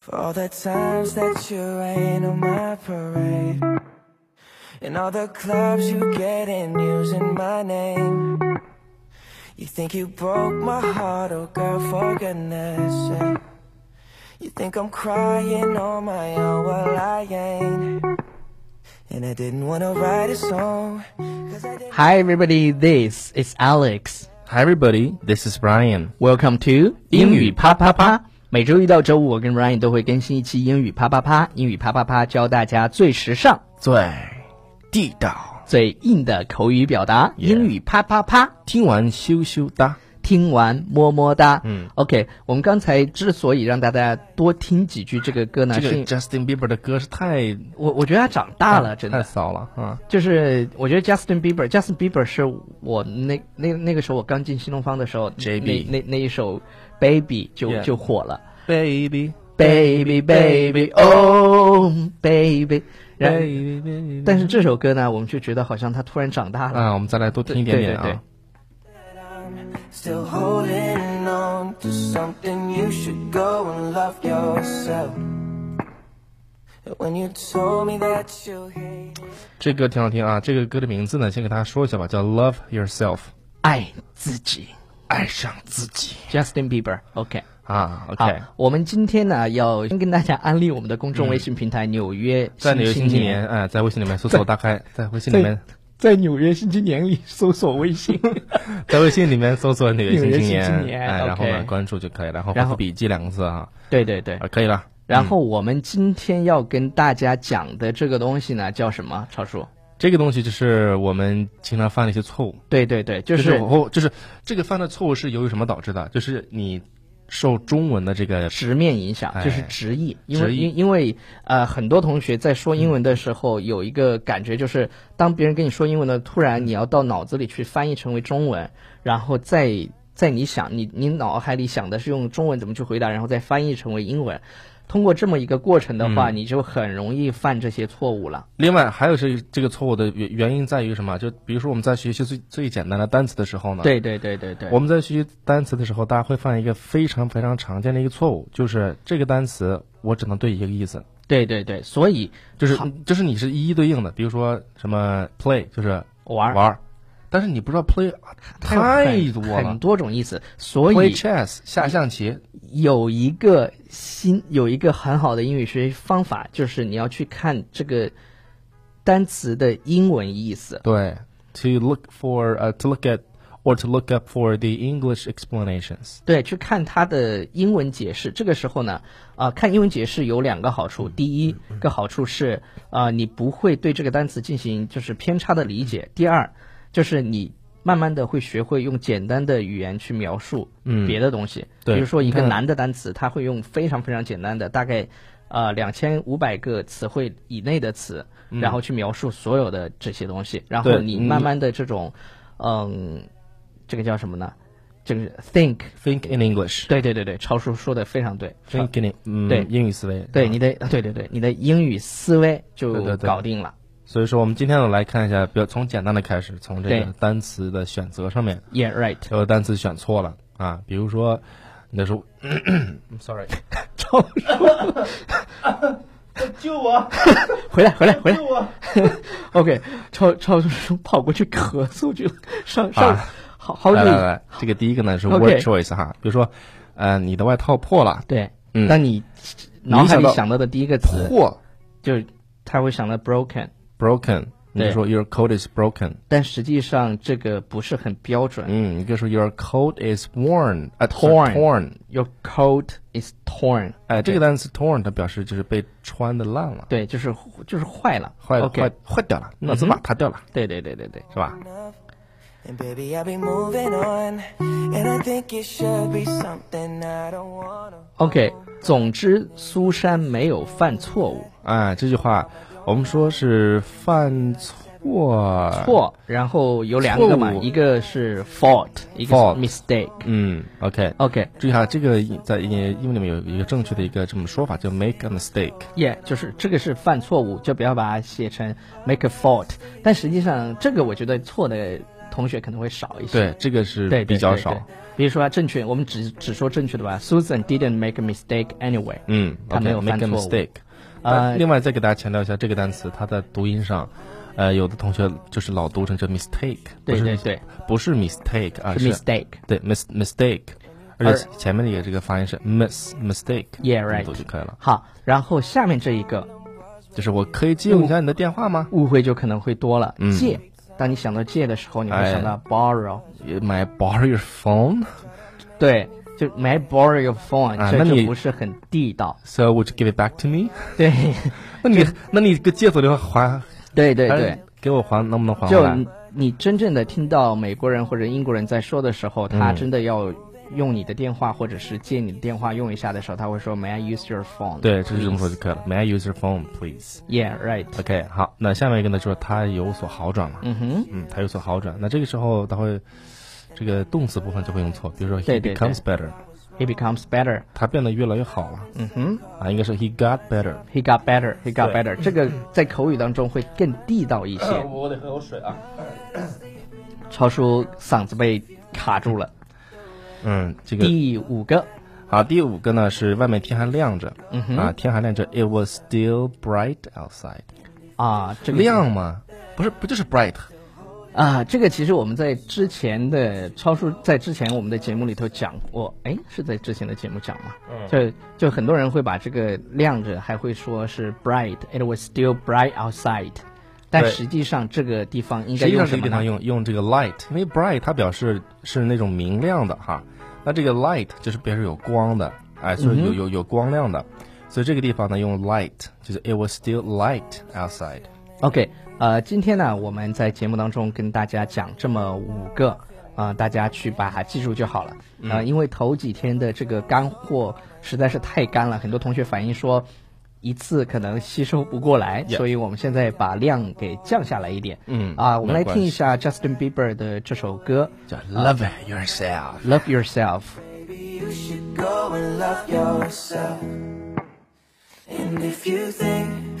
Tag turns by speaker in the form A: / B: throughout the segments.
A: For all the times that you rain on my parade. And all the clubs you get in using my name. You think you broke my heart, oh girl, for goodness sake. You think I'm crying on my own, well I ain't. And I didn't wanna write a song. Cause I didn't
B: Hi everybody, this is Alex.
C: Hi everybody, this is Brian.
B: Welcome to
C: 英
B: 英
C: 语
B: 语啪啪啪。每周一到周五，我跟 Ryan 都会更新一期英语啪啪啪。英语啪啪啪教大家最时尚、
C: 最地道，
B: 最硬的口语表达。
C: Yeah
B: 英语啪啪啪，
C: 听完羞羞哒。
B: 听完么么哒。嗯，OK，我们刚才之所以让大家多听几句这个歌呢，
C: 这
B: 是
C: 个
B: 因
C: Justin Bieber 的歌是太
B: 我我觉得他长大了，真
C: 太
B: 的。
C: 骚了啊！
B: 就是我觉得 Justin Bieber，Justin Bieber 是我那那那个时候我刚进新东方的时候
C: JB
B: 那那那一首 Baby 就
C: Yeah
B: 就火了。
C: Baby
B: Baby Baby Oh Baby，然
C: Baby Baby，
B: 但是这首歌呢，我们就觉得好像他突然长大了。
C: 啊，我们再来多听一点点
B: 对对对
C: 啊。
A: Still holding on to something you should go and love yourself. But When you told me that you hate
C: 这歌挺好听啊，这个歌的名字呢，先给大家说一下吧，叫 Love Yourself，
B: 爱自己
C: 爱上自己
B: ，Justin Bieber，OK、
C: 啊。
B: 好
C: OK，嗯
B: 我们今天呢要先跟大家安利我们的公众微信平台《纽约
C: 在纽约
B: 新
C: 新青年，哎，在微信里面搜索大开，在微信里 面，
B: 在纽约新青年里搜索微 信，
C: 在微信里面搜索纽约
B: 纽约
C: 新
B: 新
C: 青
B: 青
C: 年，
B: 年
C: 哎，然后呢
B: OK
C: 关注就可以了，然后
B: 然
C: 回
B: 后
C: 复笔记两个字啊，
B: 对对对
C: 啊，。可以了。
B: 然后我们今天要跟大家讲的这个东西呢，叫什么？超叔，
C: 这个东西就是我们经常犯的一些错误，
B: 对对对，就
C: 就是我后就是这个犯的错误是由于什么导致的？就是你受中文的这个
B: 直面影响，
C: 哎
B: 就是直译，因为
C: 直译
B: 因因为呃，很多同学在说英文的时候有一个感觉，就是当别人跟你说英文的，突然你要到脑子里去翻译成为中文，然后再在你想你你脑海里想的是用中文怎么去回答，然后再翻译成为英文。通过这么一个过程的话，你就很容易犯这些错误了。
C: 另外还有是这个错误的原原因在于什么？就比如说我们在学习最最简单的单词的时候呢，，
B: 对对对对对，
C: 我们在学习单词的时候，大家会犯一个非常非常常见的一个错误，就是这个单词我只能对一个意思，
B: 对对对，所以
C: 就是
B: 好
C: 就是你是一一对应的，比如说什么 play 就是
B: 玩儿
C: 玩儿，但是你不知道 play
B: 它有很
C: 太多
B: 很
C: 了
B: 多种意思，所以
C: ，play chess 下象棋，
B: 有一个新有一个很好的英语学习方法，就是你要去看这个单词的英文意思。
C: 对，to look for uh, to look at or to look up for the English explanations。
B: 对，去看它的英文解释。这个时候呢，啊、看英文解释有两个好
C: 嗯
B: 处。第一个好处是，啊，你不会对这个单词进行就是偏差的理解。第二，就是你慢慢的会学会用简单的语言去描述别的东西。
C: 嗯对
B: 比如说一
C: 你
B: 个
C: 看
B: 难的单词，它会用非常非常简单的，大概呃两千五百个词汇以内的词，然后去描述所有的这些东西。然后
C: 嗯对
B: 你
C: 嗯
B: 慢慢的这种，嗯，这个叫什么呢？这个 think。
C: Think in English，
B: 对对对对，超叔说的非常对。超
C: think in 嗯
B: 对
C: 英语思维。
B: 对
C: 啊
B: 你的对对对，你的英语思维
C: 对
B: 就
C: 对对
B: 搞定了。
C: 所以说我们今天我来看一下，比如从简单的开始，从这
B: 对
C: 个单词的选择上面，
B: Yeah right，
C: 有的单词选错了啊，比如说你的说，I'm sorry，
B: 超叔，救 我！ 回来回来回来！救我 ！OK，超超叔跑过去咳嗽去了，上上
C: 啊
B: 好好久
C: 来
B: 以
C: 来来，这个第一个呢是
B: OK
C: word choice 哈，比如说呃你的外套破了，
B: 对，
C: 嗯
B: 当你脑海里想到的第一个词，
C: 破
B: 就是他会想到 broken，
C: broken，你
B: 对
C: 就说 your coat is broken，
B: 但实际上这个不是很标准。
C: 嗯，你就说 your coat is worn，啊
B: Torn
C: torn，
B: Your coat is torn，
C: 哎，这
B: 对
C: 个单词 torn 它表示就是被穿的烂了，
B: 对，就是就是坏了，
C: 坏了
B: OK，嗯
C: 坏坏掉了，脑子瓦塌掉了，
B: 对对对对对。
C: 是吧？
A: enough. And baby, I'll be moving on. And I think it should be something I don't wanna.
B: OK，总之，苏珊没有犯错误，
C: 哎，这句话我们说是犯错，，
B: 错，然后有两个嘛，
C: 呃错误
B: 一个是 fault，一个
C: fault
B: 是 mistake。
C: 嗯，OK，
B: OK，
C: 注意哈，这个在英英文里面有一个正确的一个这么说法，叫 make a mistake，
B: yeah，就是这个是犯错误，就不要把它写成 make a fault。但实际上，这个我觉得错的同学可能会少一些。
C: 对，这个是
B: 对对
C: 比较
B: 对
C: 少
B: 对，比如说啊正确，我们只只说正确的吧。Susan didn't make a mistake anyway。
C: 嗯，
B: 他
C: OK，
B: 没有犯
C: make a
B: 错误
C: mistake。
B: 呃
C: 但另外再给大家强调一下这个单词，它的读音上，呃，有的同学就是老读成这 mistake，不
B: 对
C: 是
B: 对对，
C: 不是 mistake 啊，
B: 是
C: 是
B: mistake。
C: 对 mis mistake，
B: 而
C: 而且前面的一个这个发音是 miss mistake，
B: Yeah,
C: 这么
B: right
C: 读就可以了。
B: 好，然后下面这一个
C: 就是我可以借用一下你的电话吗？
B: 误会就可能会多了。
C: 嗯
B: 借，当你想到借的时候，你会
C: 哎
B: 想到 borrow。
C: 买 borrow your phone，
B: 对，就 my borrow your phone，、
C: 啊
B: 这
C: 那
B: 就
C: 你
B: 不是很地道。
C: So would you give it back to me？
B: 对，
C: 那你那你个借走的话还
B: 对对
C: 还
B: 对，
C: 给我还能不能还回
B: 就
C: 来
B: 你？你真正的听到美国人或者英国人在说的时候，他
C: 嗯
B: 真的要用你的电话或者是借你的电话用一下的时候，他会说 May I use your phone？
C: 对，就是这么说就可以了。May I use your phone, please？
B: ，Yeah right。
C: OK，好，那下面一个呢，就是它有所好转嘛，
B: 嗯哼，
C: 嗯，它有所好转。那这个时候它会，这个动词部分就会用错，比如说
B: 对
C: he
B: 对对
C: becomes better，
B: he becomes better。
C: 他变得越来越好了
B: 嗯哼
C: 啊，应该是 he got better。
B: ，he got better，he got
C: 对嗯
B: better。这个在口语当中会更地道一 些。
C: 我得喝口水啊。
B: 超叔嗓子被卡住了。
C: 嗯，这个
B: 第五个，
C: 好，第五个呢是外面天还亮着，
B: 嗯哼
C: 啊，天还亮着，it was still bright outside。
B: 啊，这个
C: 亮嘛，不是不就是 bright？
B: 啊，这个其实我们在之前的超叔在之前我们的节目里头讲过，哎，是在之前的节目讲吗？嗯，就就很多人会把这个亮着，还会说是 bright，it was still bright outside，但
C: 对
B: 实际上这个地方应
C: 实
B: 该
C: 际
B: 用
C: 上这
B: 什
C: 个
B: 么
C: 地方
B: 呢？
C: 用用这个 light，因为 bright 它表示是那种明亮的哈，那这个 light 就是表示有光的，哎，就是
B: 嗯
C: 有有有光亮的，所以这个地方呢用 light，就是 it was still light outside。
B: OK，呃，今天呢，我们在节目当中跟大家讲这么五个，啊、大家去把它记住就好了。啊、因为头几天的这个干货实在是太干了，很多同学反映说一次可能吸收不过来
C: Yeah
B: 所以我们现在把量给降下来一点。
C: 嗯
B: 啊，我们来
C: 没关
B: 听
C: 系
B: 一下 Justin Bieber 的这首歌
C: 叫 love it yourself。
B: 《Love Yourself》。
A: Maybe you should go and love yourself. And if you think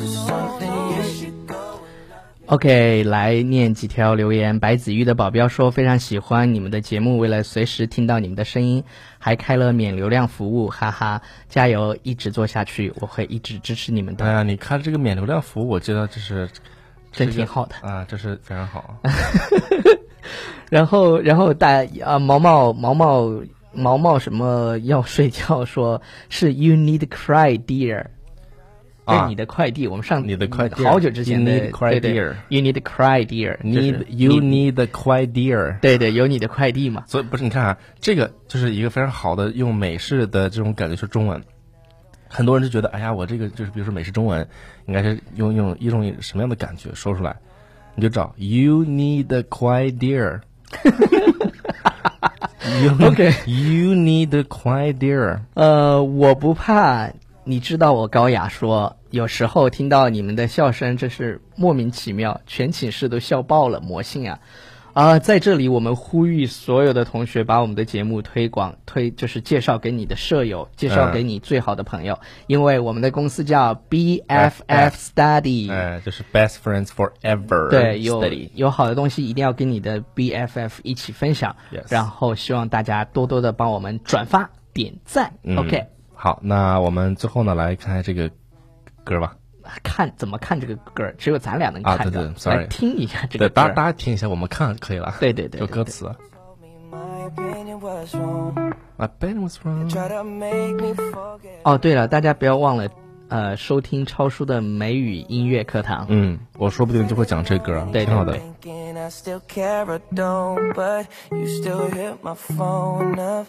A: to something, you should go.
B: OK，来念几条留言。白子玉的保镖说非常喜欢你们的节目，为了随时听到你们的声音，还开了免流量服务，哈哈，加油，一直做下去，我会一直支持你们
C: 哎
B: 的，
C: 呀，你看这个免流量服务，我知道这是
B: 真
C: 这个
B: 挺好的。
C: 啊，这是非常好。
B: 然后，然后大啊，毛毛毛毛毛毛什么要睡觉说，是 You need cry dear。哎
C: 啊
B: 对你的快递，我们上
C: 你的快递啊
B: 好久之前的
C: You need cry
B: 对对
C: dear
B: ，You need cry dear，就是
C: Need you need the quiet dear。
B: 对对，有你的快递嘛？
C: 所以不是你看啊，这个就是一个非常好的用美式的这种感觉说中文。很多人就觉得，哎呀，我这个就是比如说美式中文，应该是用用一种什么样的感觉说出来？你就找 You need a quiet dear。you,
B: OK
C: You need a quiet dear。
B: 呃，我不怕，你知道我高雅说，有时候听到你们的笑声，真是莫名其妙，全寝室都笑爆了，魔性啊！啊、在这里我们呼吁所有的同学把我们的节目推广推，就是介绍给你的舍友，介绍
C: 嗯
B: 给你最好的朋友，因为我们的公司叫 BFF Study，、
C: 哎，就是 best friends forever。
B: 对，有
C: study
B: 有好的东西一定要跟你的 BFF 一起分享
C: Yes
B: 然后希望大家多多的帮我们转发、点赞。
C: 嗯
B: OK，
C: 好，那我们最后呢，来看看这个歌吧。
B: 看怎么看这个歌儿，只有咱俩能
C: 啊
B: 看到。
C: 对对，sorry
B: 来听一下这个歌
C: 对，大
B: 儿。
C: 家大家听一下，我们看可以了。
B: 对对对
C: 有歌
B: 对对
C: 词。
A: told me my opinion was wrong.
C: My bed was wrong。
A: Try to make me forget.
B: 哦，对了，大家不要忘了，呃，收听超叔的美语音乐课堂。
C: 嗯，我说不定就会讲这歌，
B: 对
C: 挺好的。
A: Thinking I still care or don't, but you still hit my phone up.